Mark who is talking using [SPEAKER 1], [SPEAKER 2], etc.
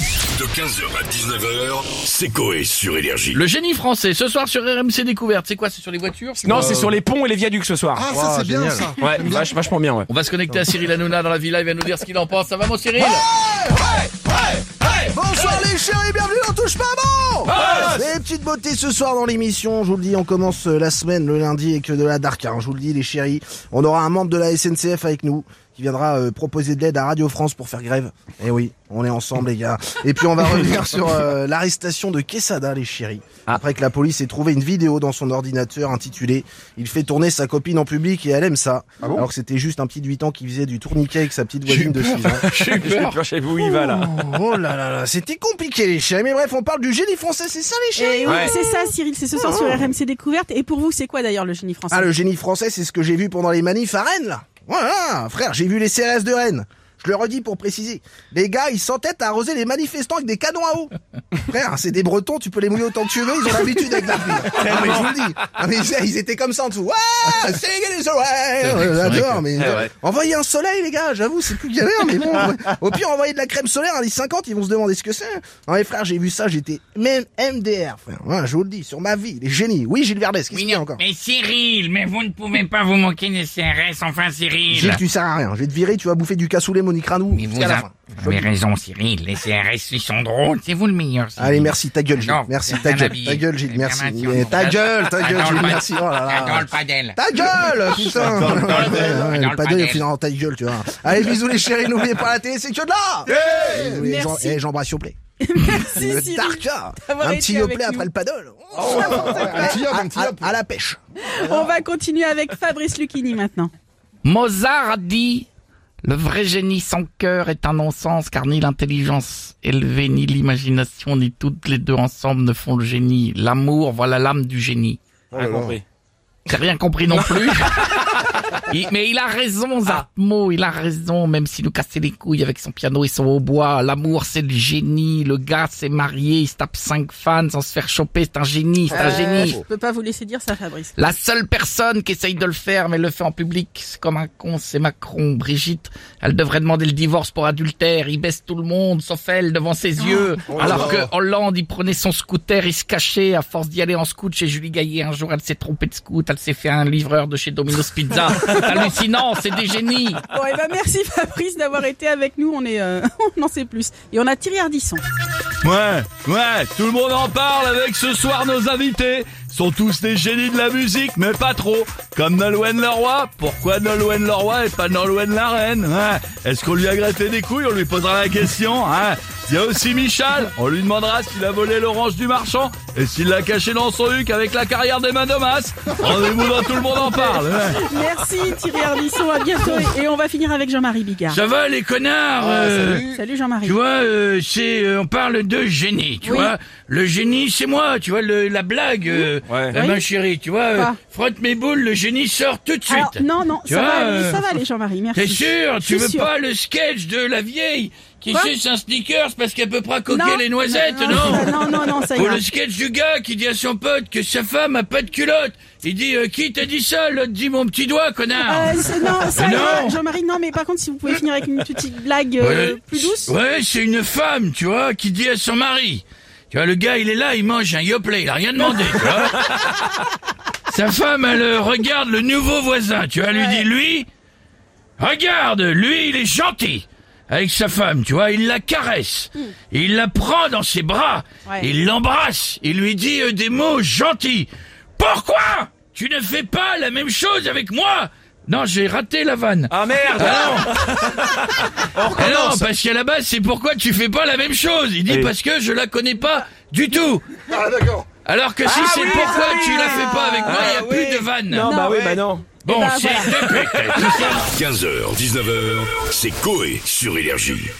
[SPEAKER 1] De 15h à 19h, c'est Coé sur Énergie.
[SPEAKER 2] Le génie français, ce soir sur RMC Découverte, c'est quoi C'est sur les voitures
[SPEAKER 3] Non, c'est sur les ponts et les viaducs ce soir.
[SPEAKER 4] Ah, ça c'est bien ça.
[SPEAKER 3] Ouais, vach- vachement bien, ouais.
[SPEAKER 2] On va se connecter à Cyril Hanouna dans la villa, il va nous dire ce qu'il en pense. Ça va mon Cyril
[SPEAKER 5] Bonsoir les chéris, bienvenue dans Touche pas bon Les petites beautés ce soir dans l'émission, je vous le dis, on commence euh, la semaine le lundi avec euh, de la Dark, hein, je vous le dis les chéris, on aura un membre de la SNCF avec nous qui viendra euh, proposer de l'aide à Radio France pour faire grève. Eh oui, on est ensemble les gars. Et puis on va revenir sur euh, l'arrestation de Quesada les chéris, après que la police ait trouvé une vidéo dans son ordinateur intitulée « Il fait tourner sa copine en public et elle aime ça alors que c'était juste un petit de 8 ans qui faisait du tourniquet avec sa petite voisine de 6 ans.
[SPEAKER 3] J'ai peur, chez vous, il va là.
[SPEAKER 5] Oh là là là, c'était compliqué les chéris. Mais bref, on parle du génie français, c'est ça les chéris
[SPEAKER 6] Et oui,
[SPEAKER 3] Ouais.
[SPEAKER 6] c'est ça, Cyril, c'est ce soir sur RMC Découverte. Et pour vous, c'est quoi d'ailleurs le génie français
[SPEAKER 5] Ah, le génie français, c'est ce que j'ai vu pendant les manifs à Rennes là. Voilà, frère, j'ai vu les CRS de Rennes. Je le redis pour préciser. Les gars, ils s'entêtent à arroser les manifestants avec des canons à eau. Frère, c'est des Bretons, tu peux les mouiller autant que tu veux, ils ont l'habitude avec la pluie. Non, mais je vous le dis. Non, mais ça, ils étaient comme ça en dessous. Ouais, c'est les ouais.
[SPEAKER 2] vrai,
[SPEAKER 5] Ouais,
[SPEAKER 2] c'est vrai
[SPEAKER 5] j'adore,
[SPEAKER 2] que-
[SPEAKER 5] mais euh,
[SPEAKER 3] Eh ouais.
[SPEAKER 5] envoyez un soleil, les gars. J'avoue, c'est plus galère, mais bon. ouais. Au pire, envoyez de la crème solaire à 10,50, ils vont se demander ce que c'est. Non, les frères, j'ai vu ça, j'étais même MDR, frère. Ouais, je vous le dis, sur ma vie, les génies. Oui, Gilles Verdès, qu'est-ce qu'il y a encore?
[SPEAKER 7] Mais Cyril, mais vous ne pouvez pas vous moquer des CRS, enfin Cyril.
[SPEAKER 5] Gilles, tu sers à rien. Je vais te virer, tu vas bouffer du cassoulet, Monique Ranou.
[SPEAKER 7] Mais vous
[SPEAKER 5] jusqu'à la
[SPEAKER 7] a-
[SPEAKER 5] fin.
[SPEAKER 7] vous avez raison Cyril, les CRS ils sont drôles, c'est vous le meilleur. Cyril.
[SPEAKER 5] Allez, merci, ta gueule, Gilles.
[SPEAKER 7] Non,
[SPEAKER 5] Merci,
[SPEAKER 7] c'est
[SPEAKER 5] ta
[SPEAKER 7] un
[SPEAKER 5] gueule,
[SPEAKER 7] habillé.
[SPEAKER 5] ta gueule, Gilles,
[SPEAKER 7] C'est
[SPEAKER 5] merci.
[SPEAKER 7] un
[SPEAKER 5] Mais ta gueule, ta gueule,
[SPEAKER 7] Adore
[SPEAKER 5] Gilles,
[SPEAKER 7] le pad-
[SPEAKER 5] merci. Oh là
[SPEAKER 7] Adore
[SPEAKER 5] là.
[SPEAKER 7] le padel.
[SPEAKER 5] Ta gueule, putain! Ouais, ouais,
[SPEAKER 7] Dans le
[SPEAKER 5] Pas de
[SPEAKER 7] panel.
[SPEAKER 5] finalement, ta gueule, tu vois. Allez, bisous les chéris, n'oubliez pas la télé, c'est que de là! Bisous, les gens.
[SPEAKER 6] Merci.
[SPEAKER 5] Eh, j'embrasse Yoplait.
[SPEAKER 6] Merci,
[SPEAKER 5] Le
[SPEAKER 6] Cyril.
[SPEAKER 5] Tarka!
[SPEAKER 6] d'avoir
[SPEAKER 5] Un
[SPEAKER 6] été
[SPEAKER 5] petit Yoplait
[SPEAKER 6] avec nous. Oh.
[SPEAKER 5] après le paddle.
[SPEAKER 4] Un petit homme, un petit
[SPEAKER 5] À-
[SPEAKER 4] homme.
[SPEAKER 5] À la pêche.
[SPEAKER 6] On va continuer avec Fabrice Lucchini maintenant.
[SPEAKER 7] Mozart a dit Le vrai génie sans cœur est un non-sens car ni l'intelligence élevée ni l'imagination ni toutes les deux ensemble ne font le génie. L'amour, voilà l'âme du génie.
[SPEAKER 3] Ah, compris.
[SPEAKER 7] J'ai rien compris non plus. Il- mais il a raison, Zartmo, il a raison, même s'il nous cassait les couilles avec son piano et son hautbois. L'amour, c'est le génie. Le gars s'est marié, il se tape cinq fans sans se faire choper. C'est un génie, c'est un génie.
[SPEAKER 6] Euh, Je peux pas vous laisser dire ça, Fabrice.
[SPEAKER 7] La seule personne qui essaye de le faire, mais le fait en public, c'est comme un con, c'est Macron. Brigitte, elle devrait demander le divorce pour adultère. Il baisse tout le monde, sauf elle, devant ses yeux. Alors que Hollande, il prenait son scooter, il se cachait à force d'y aller en scoot chez Julie Gaillet. Un jour, elle s'est trompée de scoot, elle s'est fait un livreur de chez Domino's Pizza. C'est hallucinant, c'est des génies.
[SPEAKER 6] Bon, et ben merci, Fabrice, d'avoir été avec nous. On est, euh, on en sait plus. Et on a Thierry Ardisson.
[SPEAKER 8] Ouais, ouais, tout le monde en parle avec ce soir nos invités. Ils Sont tous des génies de la musique, mais pas trop. Comme Nolwenn Leroy. Pourquoi Nolwenn Leroy et pas Nolwenn la reine ouais. Est-ce qu'on lui a gratté des couilles On lui posera la question. hein. Il y a aussi Michel. On lui demandera s'il a volé l'orange du marchand et s'il l'a caché dans son huc avec la carrière des Madomas. Rendez-vous dans tout le monde en parle. hein? ouais.
[SPEAKER 6] Merci, Thierry Ardisson. À bientôt. Et on va finir avec Jean-Marie Bigard.
[SPEAKER 2] Ça va les connards euh,
[SPEAKER 6] Salut, Jean-Marie.
[SPEAKER 2] Tu vois, euh, c'est euh, on parle de génie, tu
[SPEAKER 6] Oui.
[SPEAKER 2] vois. Le génie, c'est moi, tu vois, le, la blague, euh,
[SPEAKER 3] Ouais.
[SPEAKER 2] euh,
[SPEAKER 6] Oui.
[SPEAKER 2] ma chérie, tu vois. euh,
[SPEAKER 6] Quoi
[SPEAKER 2] frotte mes boules, le génie sort tout de suite.
[SPEAKER 6] Alors, non, non,
[SPEAKER 2] Tu
[SPEAKER 6] ça
[SPEAKER 2] vois,
[SPEAKER 6] va, aller,
[SPEAKER 2] euh,
[SPEAKER 6] ça va aller, Jean-Marie. Merci.
[SPEAKER 2] T'es sûr
[SPEAKER 6] Je
[SPEAKER 2] Tu
[SPEAKER 6] suis
[SPEAKER 2] veux
[SPEAKER 6] sûre.
[SPEAKER 2] pas le sketch de la vieille qui
[SPEAKER 6] Quoi
[SPEAKER 2] suce un sneakers parce qu'elle peut pas coquer
[SPEAKER 6] Non,
[SPEAKER 2] les noisettes, non,
[SPEAKER 6] Non, non, non, ça
[SPEAKER 2] Ou
[SPEAKER 6] ira.
[SPEAKER 2] le sketch du gars qui dit à son pote que sa femme a pas de culotte. Il dit euh, qui t'a dit ça L'autre dit mon petit doigt, connard.
[SPEAKER 6] Euh, c'est- non, ça
[SPEAKER 2] Mais
[SPEAKER 6] ira,
[SPEAKER 2] non.
[SPEAKER 6] Jean-Marie, non, mais par contre, si vous pouvez finir avec une petite blague euh,
[SPEAKER 2] Ouais,
[SPEAKER 6] plus douce.
[SPEAKER 2] Ouais, c'est une femme, tu vois, qui dit à son mari. Tu vois, le gars, il est là, il mange un yoplait, il a rien demandé, tu vois. Sa femme, elle euh, regarde le nouveau voisin, tu vois, elle lui dit, lui, regarde, lui, il est gentil. Avec sa femme, tu vois, il la caresse, il la prend dans ses bras,
[SPEAKER 6] Hmm. Ouais.
[SPEAKER 2] il l'embrasse, il lui dit euh, des mots gentils. Pourquoi tu ne fais pas la même chose avec moi Non, j'ai raté la vanne.
[SPEAKER 3] Ah merde
[SPEAKER 2] Ah non, parce qu'à la base, c'est pourquoi tu fais pas la même chose. Il dit
[SPEAKER 3] Oui.
[SPEAKER 2] parce que je la connais pas du tout.
[SPEAKER 4] Ah d'accord.
[SPEAKER 2] Alors que si
[SPEAKER 3] Ah
[SPEAKER 2] c'est
[SPEAKER 3] oui,
[SPEAKER 2] pourquoi
[SPEAKER 3] ça
[SPEAKER 2] tu
[SPEAKER 3] y est.
[SPEAKER 2] la fais pas avec moi, il
[SPEAKER 3] Ah
[SPEAKER 2] n'y a
[SPEAKER 3] oui.
[SPEAKER 2] plus de vanne.
[SPEAKER 3] Non, bah oui,
[SPEAKER 4] ouais.
[SPEAKER 3] bah non.
[SPEAKER 2] Bon,
[SPEAKER 6] Eh ben,
[SPEAKER 2] c'est
[SPEAKER 1] 15h, 19h, c'est Coé sur Énergie.